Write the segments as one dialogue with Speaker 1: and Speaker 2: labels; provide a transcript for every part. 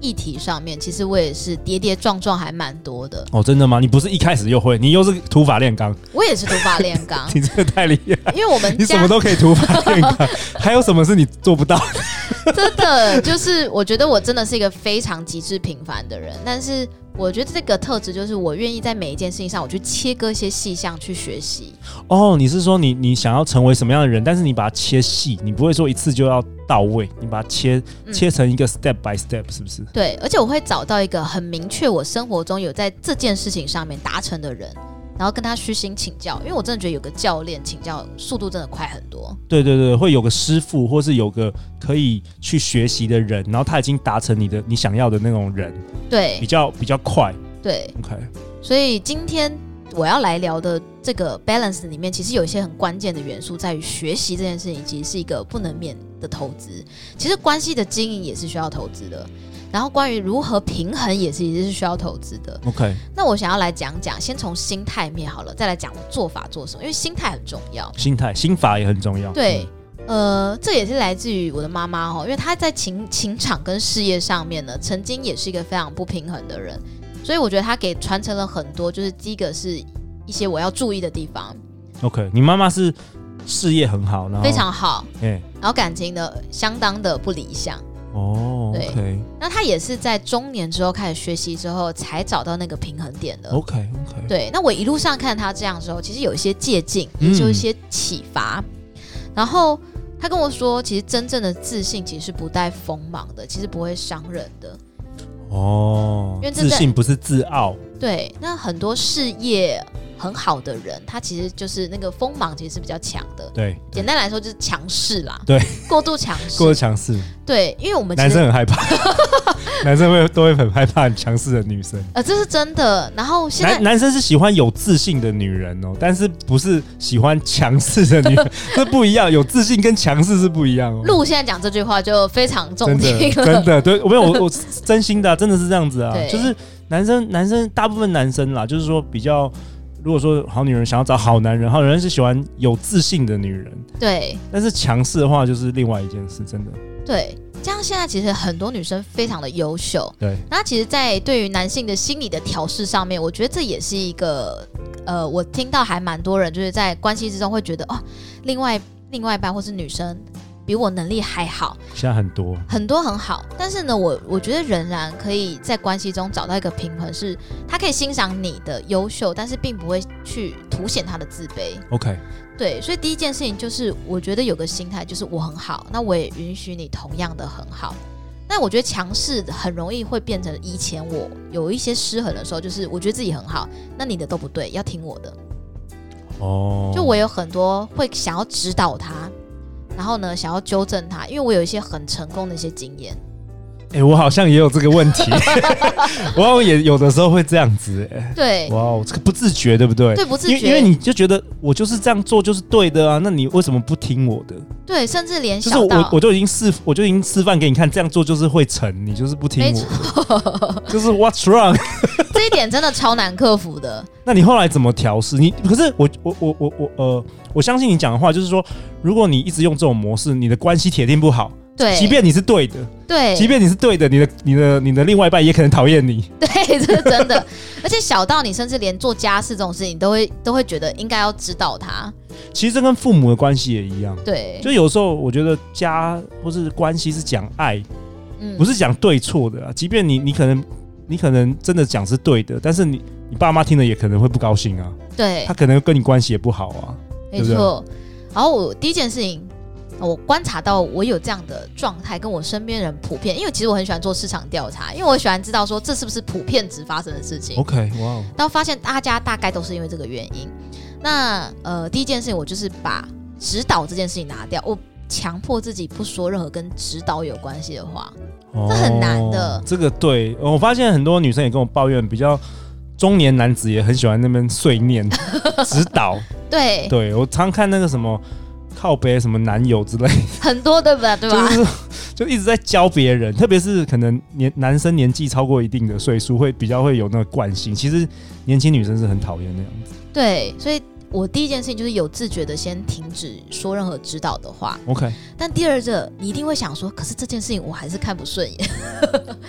Speaker 1: 议题上面，其实我也是跌跌撞撞还蛮多的，
Speaker 2: 哦，真的吗？你不是一开始就会，你又是土法炼钢，，
Speaker 1: 我也是土法炼钢
Speaker 2: 你这个太厉害，
Speaker 1: 因为我们
Speaker 2: 啊你什么
Speaker 1: 家
Speaker 2: 都可以土法炼 钢，还有什么是你做不到？
Speaker 1: 真的就是，我觉得我真的是一个非常极致平凡的人，但是我觉得这个特质就是我愿意在每一件事情上，我去切割一些细项去学习。
Speaker 2: 哦，你是说你你想要成为什么样的人，但是你把它切细，你不会说一次就要到位，你把它切、
Speaker 1: 嗯
Speaker 2: 切成一个 step by step，是不是？
Speaker 1: 对，而且我会找到一个很明确我生活中有在这件事情上面达成的人，然后跟他虚心请教，因为我真的觉得有个教练请教速度真的快很多。
Speaker 2: 对对对，会有个师傅，或是有个可以去学习的人，然后他已经达成你的你想要的那种人，比
Speaker 1: 对
Speaker 2: 较比较快。
Speaker 1: 对，
Speaker 2: OK，
Speaker 1: 所以今天我要来聊的这个 balance 里面，其实有一些很关键的元素在于学习这件事情，其实是一个不能免的投资。其实关系的经营也是需要投资的，然后关于如何平衡也是也是需要投资的。
Speaker 2: OK，
Speaker 1: 那我想要来讲讲，先从心态面好了，再来讲我做法做什么，因为心态很重要。
Speaker 2: 心态、心法也很重要。
Speaker 1: 对，呃，这也是来自于我的妈妈哦，因为她在情情场跟事业上面呢，曾经也是一个非常不平衡的人，所以我觉得她给传承了很多，就是第一个是一些我要注意的地方，
Speaker 2: 嗯 OK，你妈妈是事业很好，然后
Speaker 1: 非常好，
Speaker 2: 哎、
Speaker 1: 然后感情的相当的不理想。
Speaker 2: 哦
Speaker 1: 对
Speaker 2: ，OK
Speaker 1: 那她也是在中年之后开始学习之后，才找到那个平衡点的。
Speaker 2: OK OK，
Speaker 1: 对，那我一路上看他这样的时候，其实有一些借鉴，
Speaker 2: 嗯
Speaker 1: 也是有一些启发。然后他跟我说，其实真正的自信其实是不带锋芒的，其实不会伤人的。
Speaker 2: 哦
Speaker 1: 因，为这
Speaker 2: 自
Speaker 1: 在
Speaker 2: 信不是自傲。
Speaker 1: 对，那很多事业很好的人，他其实就是那个锋芒其实是比较强的。
Speaker 2: 对，
Speaker 1: 简单来说就是强势啦，
Speaker 2: 对，
Speaker 1: 过度强
Speaker 2: 过
Speaker 1: 势
Speaker 2: 度，强势。
Speaker 1: 对，因为我们其
Speaker 2: 男
Speaker 1: 实
Speaker 2: 生很害怕， 男生会都会很害怕很强势的女生。
Speaker 1: 呃这是真的。然后现在
Speaker 2: 男男生是喜欢有自信的女人哦，但是不是喜欢强势的女 人，这不一样。有自信跟强势是不一样哦。
Speaker 1: 陆现在讲这句话就非常中
Speaker 2: 真的
Speaker 1: 听
Speaker 2: 真
Speaker 1: 了，
Speaker 2: 的对，我没有我我真心的啊、真的是这样子啊，
Speaker 1: 对
Speaker 2: 就是男生男生大部分男生啦，就是说比较。如果说好女人想要找好男人，好男人是喜欢有自信的女人，
Speaker 1: 对。
Speaker 2: 但是强势的话就是另外一件事，真的。
Speaker 1: 对，这样现在其实很多女生非常的优秀。
Speaker 2: 对，
Speaker 1: 那其实，在对于男性的心理的调试上面，我觉得这也是一个呃，我听到还蛮多人就是在关系之中会觉得哦，另外另外一半或是女生比我能力还好，
Speaker 2: 现在很多，
Speaker 1: 很多很好。但是呢，我我觉得仍然可以在关系中找到一个平衡，是他可以欣赏你的优秀，但是并不会去凸显他的自卑。
Speaker 2: OK，
Speaker 1: 对，所以第一件事情就是，我觉得有个心态就是我很好，那我也允许你同样的很好。但我觉得强势很容易会变成以前我有一些失衡的时候，就是我觉得自己很好，那你的都不对，要听我的。
Speaker 2: 哦，
Speaker 1: 就我有很多会想要指 导他，然后呢想要纠正他，因为我有一些很成功的一些经验。
Speaker 2: 哎、哎、我好像也有这个 问题，我好像也有的时候会这样子、哎
Speaker 1: 对
Speaker 2: 哇哦，这个不自觉，对不对？
Speaker 1: 对，不自
Speaker 2: 因为因为
Speaker 1: 觉，
Speaker 2: 你就觉得我就是这样做就是对的啊，那你为什么不听我的？
Speaker 1: 对，甚至连
Speaker 2: 就是
Speaker 1: 小
Speaker 2: 我
Speaker 1: 到
Speaker 2: 我就已经示我就已经示范给你看，这样做就是会成，你就是不听
Speaker 1: 没
Speaker 2: 我，
Speaker 1: 错，
Speaker 2: 就是 What's wrong？
Speaker 1: 这一点真的超难克服的。
Speaker 2: 那你后来怎么调试？你可是我我我我我呃，我相信你讲的话就是说，如果你一直用这种模式，你的关系铁定不好。
Speaker 1: 对，
Speaker 2: 即便你是对的，
Speaker 1: 对，
Speaker 2: 即便你是对的，你的你的你的另外一半也可能讨厌你。
Speaker 1: 对，这是真的。而且小到你甚至连做家事这种事情，都会都会觉得应该要指导他。
Speaker 2: 其实这跟父母的关系也一样，
Speaker 1: 对，
Speaker 2: 就有时候我觉得家或是关系是讲爱，
Speaker 1: 嗯
Speaker 2: 不是讲对错的啊。即便你你可能你可能真的讲是对的，但是你你爸妈听了也可能会不高兴啊，
Speaker 1: 对
Speaker 2: 他，可能跟你关系也不好啊。
Speaker 1: 没错。然后我第一件事情，我观察到我有这样的状态，跟我身边人普遍，因为其实我很喜欢做市场调查，因为我喜欢知道说这是不是普遍值发生的事情。
Speaker 2: OK，哇、哦，
Speaker 1: 然后发现大家大概都是因为这个原因。那呃，第一件事情我就是把指导这件事情拿掉，我强迫自己不说任何跟指导有关系的话。这很难的
Speaker 2: 哦这个对，呃我发现很多女生也跟我抱怨，比较中年男子也很喜欢那边碎 念指导。
Speaker 1: 对，
Speaker 2: 对我常看那个什么靠北什么男友之类，
Speaker 1: 很多对吧？对吧？
Speaker 2: 就是 就一直在教别人，特别是可能年男生年纪超过一定的岁数，会比较会有那个惯性。其实年轻女生是很讨厌那样子。
Speaker 1: 对，所以我第一件事情就是有自觉的先停止说任何指导的话。
Speaker 2: OK，
Speaker 1: 但第二个，你一定会想说，可是这件事情我还是看不顺眼，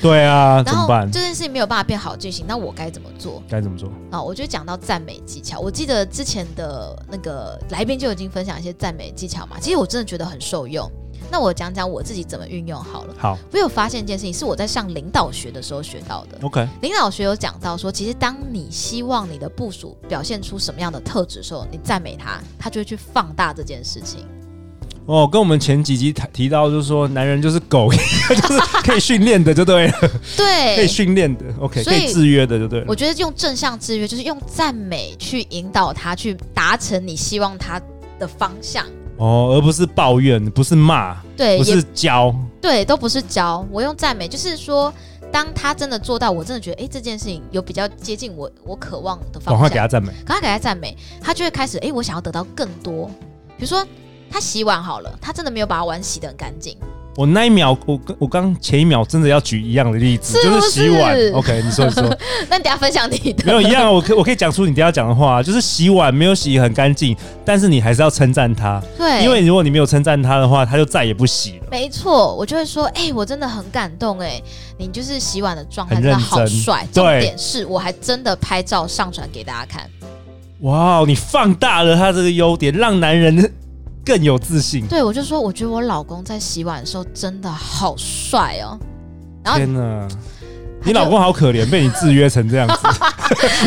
Speaker 2: 对啊，怎
Speaker 1: 然
Speaker 2: 么
Speaker 1: 后
Speaker 2: 办
Speaker 1: 这？件事情没有办法变好进行，那我该怎么做？
Speaker 2: 该怎么做？
Speaker 1: 啊，我就讲到赞美技巧。我记得之前的那个来宾就已经分享一些赞美技巧嘛，其实我真的觉得很受用。那我讲讲我自己怎么运用好了。
Speaker 2: 好
Speaker 1: 我有发现一件事情，是我在上领导学的时候学到的。
Speaker 2: ，OK，
Speaker 1: 领导学有讲到说，其实当你希望你的部署表现出什么样的特质的时候，你赞美他，他就会去放大这件事情。
Speaker 2: 哦，跟我们前几集提提到，就是说男人就是狗， 就是可以训练的，就对了，可以
Speaker 1: 对，
Speaker 2: 训练的，OK，
Speaker 1: 所
Speaker 2: 可
Speaker 1: 以
Speaker 2: 以制约的，就对了
Speaker 1: 我。觉得用正向制约，就是用赞美去引导他去达成你希望他的方向。
Speaker 2: 哦，而不是抱怨，不是骂，
Speaker 1: 对，
Speaker 2: 不
Speaker 1: 也
Speaker 2: 是教，
Speaker 1: 对，都不是教，我用赞美，就是说，当他真的做到，我真的觉得，哎，这件事情有比较接近我我渴望的
Speaker 2: 赶
Speaker 1: 方
Speaker 2: 快
Speaker 1: 向，
Speaker 2: 给他赞美。
Speaker 1: 赶快给他赞美，他就会开始，哎，我想要得到更多，比如说。他洗碗好了，他真的没有把碗洗得很干净，
Speaker 2: 我那一秒，我跟我刚前一秒真的要举一样的例子，
Speaker 1: 是
Speaker 2: 就
Speaker 1: 不
Speaker 2: 是
Speaker 1: 是
Speaker 2: 洗碗。OK，你说你说，
Speaker 1: 那你等一下分享你的，
Speaker 2: 没有一样啊，我可我可以讲出你等一下讲的话，就是洗碗没有洗很干净，但是你还是要称赞他，
Speaker 1: 对，
Speaker 2: 因为如果你没有称赞他的话，他就再也不洗了。
Speaker 1: 没错，我就会说，哎、我真的很感动、哎，你就是洗碗的状态
Speaker 2: 很
Speaker 1: 真的
Speaker 2: 认
Speaker 1: 好
Speaker 2: 真
Speaker 1: 帅，
Speaker 2: 对
Speaker 1: 重点是我还真的拍照上传给大家看，
Speaker 2: 哇，你放大了他这个优点，让男人更有自信。
Speaker 1: 对我就说，我觉得我老公在洗碗的时候真的好帅哦，然后
Speaker 2: 天哪！
Speaker 1: 他
Speaker 2: 你
Speaker 1: 就
Speaker 2: 老公好可怜，被你制约成这样子，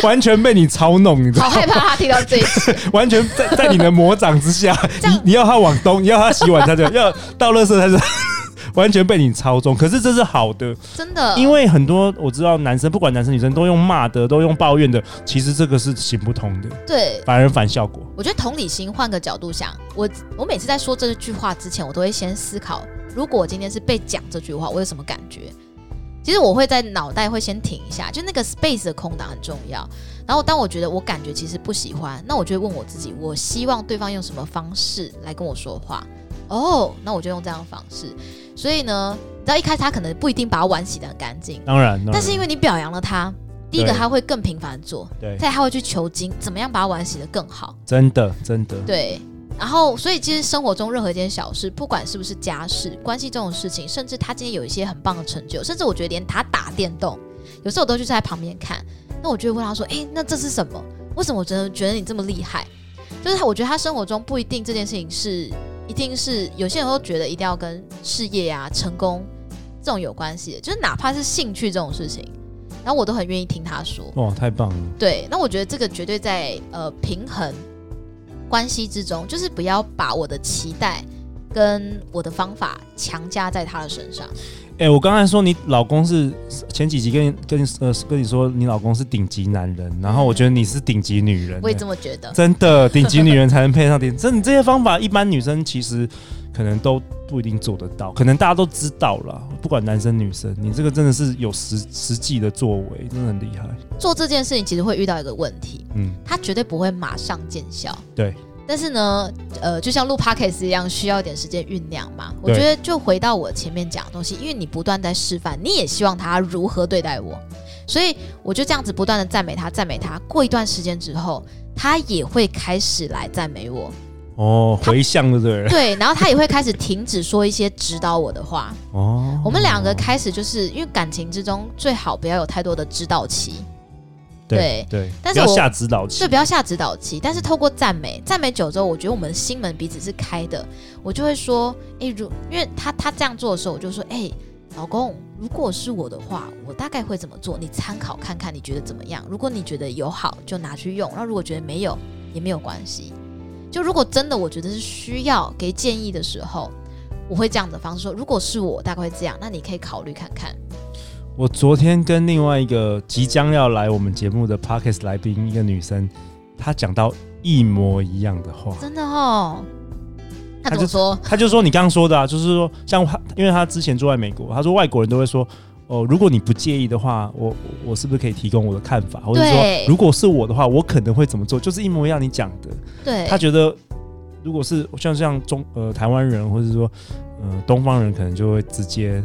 Speaker 2: 完全被你操弄，你知道
Speaker 1: 好
Speaker 2: 吗？
Speaker 1: 害怕他听到这一集，
Speaker 2: 完全在在你的魔掌之下，
Speaker 1: 这样
Speaker 2: 你你要他往东，你要他洗碗，他就要到垃圾，他就 完全被你操纵。可是这是好的，
Speaker 1: 真的，
Speaker 2: 因为很多我知道男生，不管男生女生，都用骂的，都用抱怨的，其实这个是行不通的，
Speaker 1: 对
Speaker 2: 反而反效果。
Speaker 1: 我觉得同理心，换个角度想，我我每次在说这句话之前，我都会先思考，如果我今天是被讲这句话，我有什么感觉？其实我会在脑袋会先停一下，就那个 space 的空档很重要。然后当我觉得我感觉其实不喜欢，那我就会问我自己，我希望对方用什么方式来跟我说话？哦，那我就用这样的方式。所以呢，你知道一开始他可能不一定把碗洗得很干净，
Speaker 2: 当然，
Speaker 1: 但是因
Speaker 2: 为
Speaker 1: 为你表扬了他，第一个
Speaker 2: 对
Speaker 1: 他会更频繁地做，
Speaker 2: 对，
Speaker 1: 再来他会去求精，怎么样把碗洗得更好。
Speaker 2: 真的真的，
Speaker 1: 对，然后所以其实生活中任何一件小事，不管是不是家事、关系这种事情，甚至他今天有一些很棒的成就，甚至我觉得连他打电动，有时候我都去在旁边看，那我就会问他说：“诶，那这是什么？为什么我真的觉得你这么厉害？”就是他我觉得他生活中不一定这件事情是，一定是有些人都觉得一定要跟事业啊、成功这种有关系的，就是哪怕是兴趣这种事情，然后我都很愿意听他说。
Speaker 2: 哇，太棒了！
Speaker 1: 对，那我觉得这个绝对在呃平衡关系之中，就是不要把我的期待跟我的方法强加在他的身上。
Speaker 2: 哎、我刚才说你老公是前几集跟你跟你呃跟你说你老公是顶级男人，然后我觉得你是顶级女人、
Speaker 1: 我也
Speaker 2: 哎
Speaker 1: 这么觉得。
Speaker 2: 真的，顶级女人才能配上顶。这你这些方法，一般女生其实可能都不一定做得到，可能大家都知道了，不管男生女生，你这个真的是有实实际的作为，真的很厉害。
Speaker 1: 做这件事情其实会遇到一个问题，
Speaker 2: 嗯，
Speaker 1: 它绝对不会马上见效。
Speaker 2: 对。
Speaker 1: 但是呢，呃，就像录 podcast 一样，需要一点时间酝酿嘛。我
Speaker 2: 对
Speaker 1: 觉得就回到我前面讲的东西，因为你不断在示范，你也希望他如何对待我，所以我就这样子不断的赞美他，赞美他。过一段时间之后，他也会开始来赞美 我，
Speaker 2: 哦，
Speaker 1: 他
Speaker 2: 回向就对了。
Speaker 1: 对，然后他也会开始停止说一些指导我的话。
Speaker 2: 哦，
Speaker 1: 我们两个开始就是因为感情之中最好不要有太多的指导期，
Speaker 2: 对
Speaker 1: 对
Speaker 2: 对，
Speaker 1: 但
Speaker 2: 不
Speaker 1: 是
Speaker 2: 要
Speaker 1: 我
Speaker 2: 下指导
Speaker 1: 所
Speaker 2: 棋
Speaker 1: 以。不要下指导期，但是透过赞美，赞美久之后，我觉得我们心门彼此是开的，我就会说，诶，如因为他他这样做的时候，我就说，诶，老公，如果是我的话，我大概会怎么做？你参考看看，你觉得怎么样？如果你觉得有好，就拿去用；那如果觉得没有，也没有关系。就如果真的我觉得是需要给建议的时候，我会这样的方式说，如果是我，大概会这样，那你可以考虑看看。
Speaker 2: 我昨天跟另外一个即将要来我们节目的 Parkes 来宾，一个女生，她讲到一模一样的话。
Speaker 1: 真的哦，
Speaker 2: 他
Speaker 1: 他怎
Speaker 2: 就
Speaker 1: 么说？
Speaker 2: 她就说你刚刚说的啊，就是说像她，因为她之前住在美国，她说外国人都会说。哦，如果你不介意的话，我我我是不是可以提供我的看法，或者说
Speaker 1: 对
Speaker 2: 如果是我的话，我可能会怎么做，就是一模一样你讲的。
Speaker 1: 对，
Speaker 2: 他觉得如果是像像中呃台湾人，或者说呃东方人，可能就会直接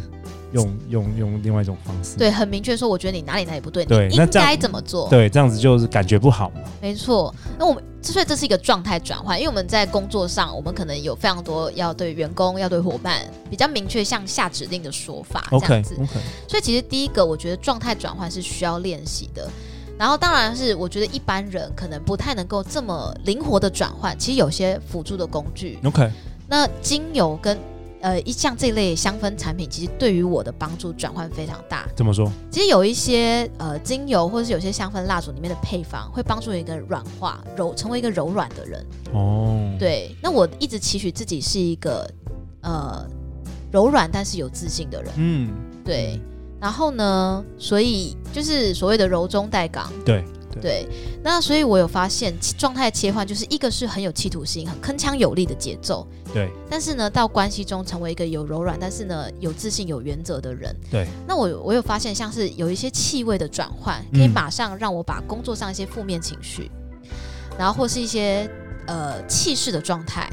Speaker 2: 用用用另外一种方式，
Speaker 1: 对，很明确说，我觉得你哪里哪里不对，
Speaker 2: 对
Speaker 1: 你
Speaker 2: 那
Speaker 1: 应
Speaker 2: 这样
Speaker 1: 该怎么做？
Speaker 2: 对，这样子就是感觉不好嘛。
Speaker 1: 没错。那我们之所以这是一个状态转换，因为我们在工作上，我们可能有非常多要对员工、要对伙伴比较明确像下指令的说法这
Speaker 2: OK
Speaker 1: 样子。
Speaker 2: OK，
Speaker 1: 所以其实第一个，我觉得状态转换是需要练习的。然后当然是，我觉得一般人可能不太能够这么灵活的转换。其实有些辅助的工具，
Speaker 2: OK，
Speaker 1: 那精油跟呃一像这类香氛产品，其实对于我的帮助转换非常大。
Speaker 2: 这么说
Speaker 1: 其实有一些呃精油或是有些香氛蜡烛里面的配方，会帮助一个软化柔，成为一个柔软的人。
Speaker 2: 哦，
Speaker 1: 对，那我一直期许自己是一个呃柔软但是有自信的人。
Speaker 2: 嗯，
Speaker 1: 对，然后呢，所以就是所谓的柔中带刚。
Speaker 2: 对
Speaker 1: 对，那所以我有发现其状态切换，就是一个是很有企图心、很铿锵有力的节奏，
Speaker 2: 对
Speaker 1: 但是呢，到关系中成为一个有柔软，但是呢有自信、有原则的人。
Speaker 2: 对，
Speaker 1: 那我我有发现，像是有一些气味的转换，
Speaker 2: 嗯
Speaker 1: 可以马上让我把工作上一些负面情绪，然后或是一些呃气势的状态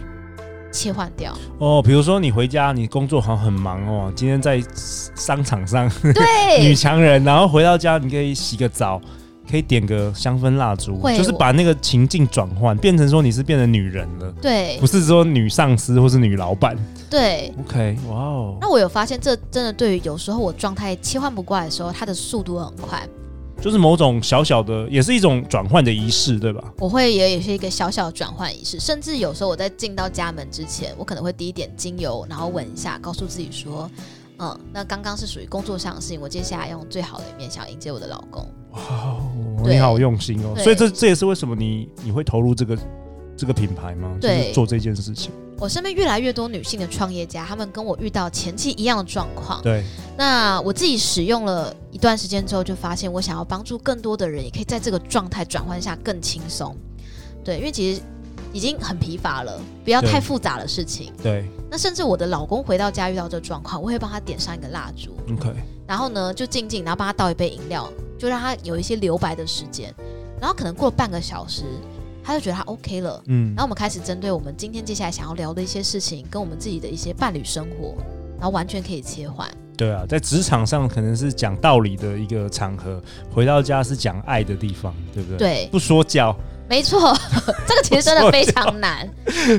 Speaker 1: 切换 掉。
Speaker 2: 哦，比如说你回家，你工作好像很忙哦，今天在商场上女
Speaker 1: 对，
Speaker 2: 强人，然后回到家你可以洗个澡。可以点个香氛蜡烛，
Speaker 1: 会
Speaker 2: 就是
Speaker 1: 我
Speaker 2: 把那个情境转换，变成说你是变成女人了，
Speaker 1: 对
Speaker 2: 不，是说女上司或是女老板。
Speaker 1: 对。
Speaker 2: OK，哇哦，
Speaker 1: 那我有发现，这真的对于有时候我状态切换不过来的时候，它的速度很快，
Speaker 2: 就是某种小小的，也是一种转换的仪式，对吧？
Speaker 1: 我会也也是一个小小的转换仪式，甚至有时候我在进到家门之前，我可能会滴一点精油，然后闻一下，告诉自己说，嗯，那刚刚是属于工作上的事情，我接下来要用最好的一面想迎接我的老公。
Speaker 2: 哇哦，
Speaker 1: 对
Speaker 2: 你好用心哦！
Speaker 1: 对
Speaker 2: 所以这这也是为什么你你会投入这个这个品牌吗？
Speaker 1: 对
Speaker 2: 就是做这件事情。
Speaker 1: 我身边越来越多女性的创业家，她们跟我遇到前期一样的状况。
Speaker 2: 对，
Speaker 1: 那我自己使用了一段时间之后，就发现我想要帮助更多的人，也可以在这个状态转换下更轻松。对，因为其实已经很疲乏了，不要
Speaker 2: 对
Speaker 1: 太复杂的事情。
Speaker 2: 对
Speaker 1: 那甚至我的老公回到家遇到这状况，我会帮他点上一个蜡烛，
Speaker 2: ，OK，
Speaker 1: 然后呢就静静，然后帮他倒一杯饮料，就让他有一些留白的时间。然后可能过了半个小时，他就觉得他 OK 了。
Speaker 2: 嗯
Speaker 1: 然，后我们开始针对我们今天接下来想要聊的一些事情，跟我们自己的一些伴侣生活，然后完全可以切换。
Speaker 2: 对啊，在职场上可能是讲道理的一个场合，回到家是讲爱的地方，对不对？，
Speaker 1: 对，
Speaker 2: 不说教。
Speaker 1: 没错， 这个其实真的非常难。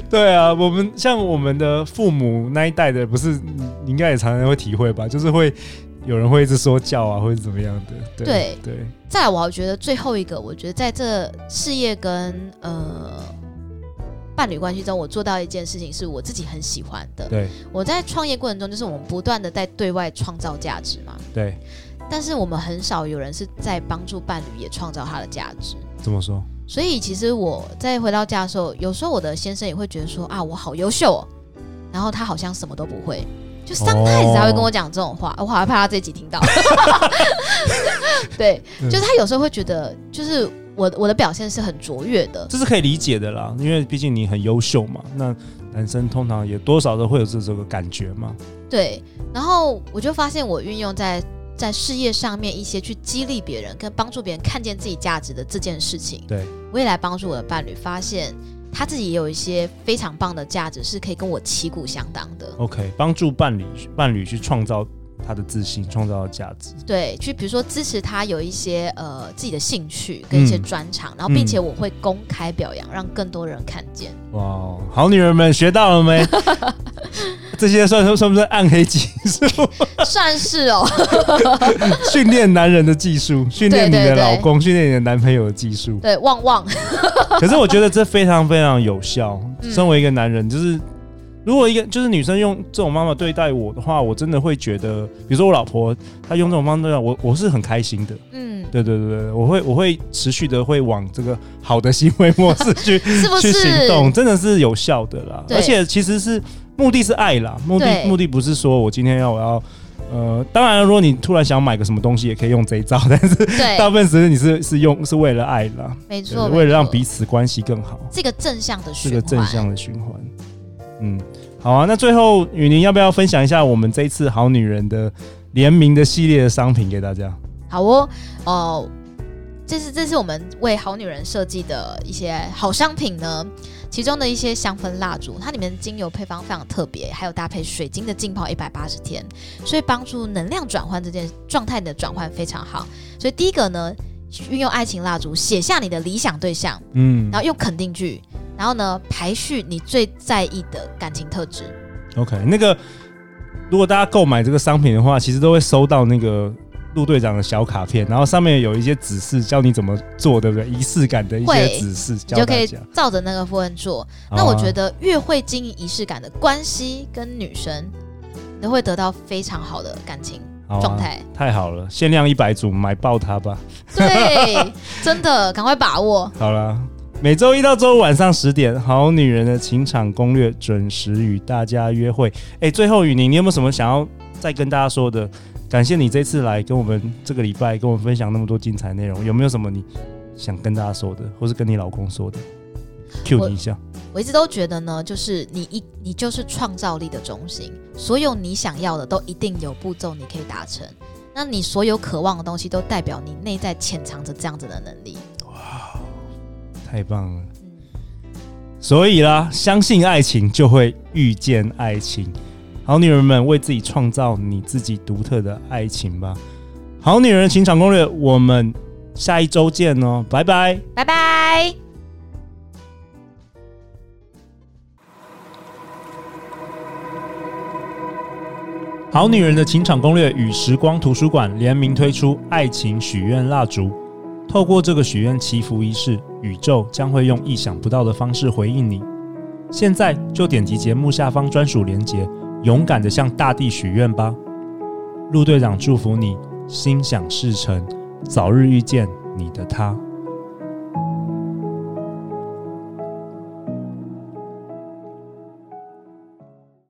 Speaker 2: 对啊，我们像我们的父母那一代的，不是你你应该也常常会体会吧？就是会有人会一直说教啊，或者怎么样的。
Speaker 1: 对
Speaker 2: 对
Speaker 1: 再来，我还觉得最后一个，我觉得在这事业跟呃伴侣关系中，我做到一件事情是我自己很喜欢的。
Speaker 2: 对
Speaker 1: 我在创业过程中，就是我们不断的在对外创造价值嘛，
Speaker 2: 对，
Speaker 1: 但是我们很少有人是在帮助伴侣也创造他的价值。
Speaker 2: 怎么说？
Speaker 1: 所以其实我在回到家的时候，有时候我的先生也会觉得说啊，我好优秀、哦，然后他好像什么都不会，就 sometimes 他会跟我讲这种话，我好像怕他这集听到。对，
Speaker 2: 嗯
Speaker 1: 就是他有时候会觉得，就是我我的表现是很卓越的，
Speaker 2: 这是可以理解的啦，因为毕竟你很优秀嘛。那男生通常也多少都会有这种感觉嘛。
Speaker 1: 对，然后我就发现我运用在在事业上面一些去激励别人跟帮助别人看见自己价值的这件事情，
Speaker 2: 对，
Speaker 1: 我也来帮助我的伴侣发现他自己也有一些非常棒的价值是可以跟我旗鼓相当的。
Speaker 2: OK，帮助伴侣伴侣去创造他的自信，创造价值。
Speaker 1: 对，去比如说支持他有一些呃自己的兴趣跟一些
Speaker 2: 嗯
Speaker 1: 专长，然后并且
Speaker 2: 嗯
Speaker 1: 我会公开表扬，让更多人看见。
Speaker 2: 哇哦，好女人们学到了没？这些算算算不算暗黑技术？
Speaker 1: 算是哦，
Speaker 2: 训练男人的技术，训练你
Speaker 1: 对
Speaker 2: 的
Speaker 1: 对
Speaker 2: 老公，训练你的男朋友的技术。
Speaker 1: 对，旺旺，
Speaker 2: 可是我觉得这非常非常有效。
Speaker 1: 嗯
Speaker 2: 身为一个男人，就是如果一个就是女生用这种方法对待我的话，我真的会觉得，比如说我老婆她用这种方法对待我，我是很开心的。
Speaker 1: 嗯，
Speaker 2: 对对对对，我会我会持续的会往这个好的行为模式去
Speaker 1: 是 不
Speaker 2: 去行
Speaker 1: 是？
Speaker 2: 动，真的是有效的啦。
Speaker 1: 对
Speaker 2: 而且其实是目的是爱啦，目的
Speaker 1: 对
Speaker 2: 目的不是说我今天要我要。呃，当然，如果你突然想买个什么东西，也可以用这一招，但是大
Speaker 1: 对，
Speaker 2: 部分时间你是是用是为了爱啦，对
Speaker 1: 没哎错，
Speaker 2: 为了让
Speaker 1: 没错
Speaker 2: 彼此关系更好，
Speaker 1: 这个正向的
Speaker 2: 是
Speaker 1: 循
Speaker 2: 个
Speaker 1: 环，
Speaker 2: 正向的循环。嗯，好啊，那最后雨宁要不要分享一下我们这一次好女人的联名的系列的商品给大家？
Speaker 1: 好哦，哦、这是这是我们为好女人设计的一些好商品呢，其中的一些香氛蜡烛，它里面的精油配方非常特别，还有搭配水晶的浸泡一百八十天，所以帮助能量转换这件状态的转换非常好。所以第一个呢，运用爱情蜡烛写下你的理想对象，
Speaker 2: 嗯
Speaker 1: 然后用肯定句，然后呢排序你最在意的感情特质。
Speaker 2: ，OK，那个如果大家购买这个商品的话，其实都会收到那个。陆队长的小卡片，然后上面有一些指示，教你怎么做，对不对？仪式感的一些
Speaker 1: 会
Speaker 2: 指示，
Speaker 1: 你
Speaker 2: 教
Speaker 1: 就
Speaker 2: 大
Speaker 1: 可以
Speaker 2: 家。
Speaker 1: 照着那个部分做，那我觉
Speaker 2: 得，
Speaker 1: 得越会经营仪式感的关系跟女生，你都会得到非常好的感情
Speaker 2: 好啊
Speaker 1: 状态。
Speaker 2: 太好了，限量一百组，买爆它吧！
Speaker 1: 对，真的，赶快把握。
Speaker 2: 好啦，每周一到周五晚上十点，《好女人的情场攻略》准时与大家约会。哎、最后雨宁，你有没有什么想要再跟大家说的？感谢你这次来跟我们这个礼拜跟我们分享那么多精彩内容，有没有什么你想跟大家说的，或是跟你老公说的？Q
Speaker 1: 我
Speaker 2: 你一下，
Speaker 1: 我一直都觉得呢，就是你一你就是创造力的中心，所有你想要的都一定有步骤你可以达成。那你所有渴望的东西，都代表你内在潜藏着这样子的能力。
Speaker 2: 太棒了。
Speaker 1: 嗯，
Speaker 2: 所以啦，相信爱情就会遇见爱情。好女人们，为自己创造你自己独特的爱情吧。好女人情场攻略，我们下一周见哦，拜拜。
Speaker 1: 拜拜。
Speaker 2: 好女人的情场攻略与时光图书馆联名推出爱情许愿蜡烛，透过这个许愿祈福仪式，宇宙将会用意想不到的方式回应你。现在就点击节目下方专属链接，勇敢的向大地许愿吧。陆队长祝福你心想事成，早日遇见你的他。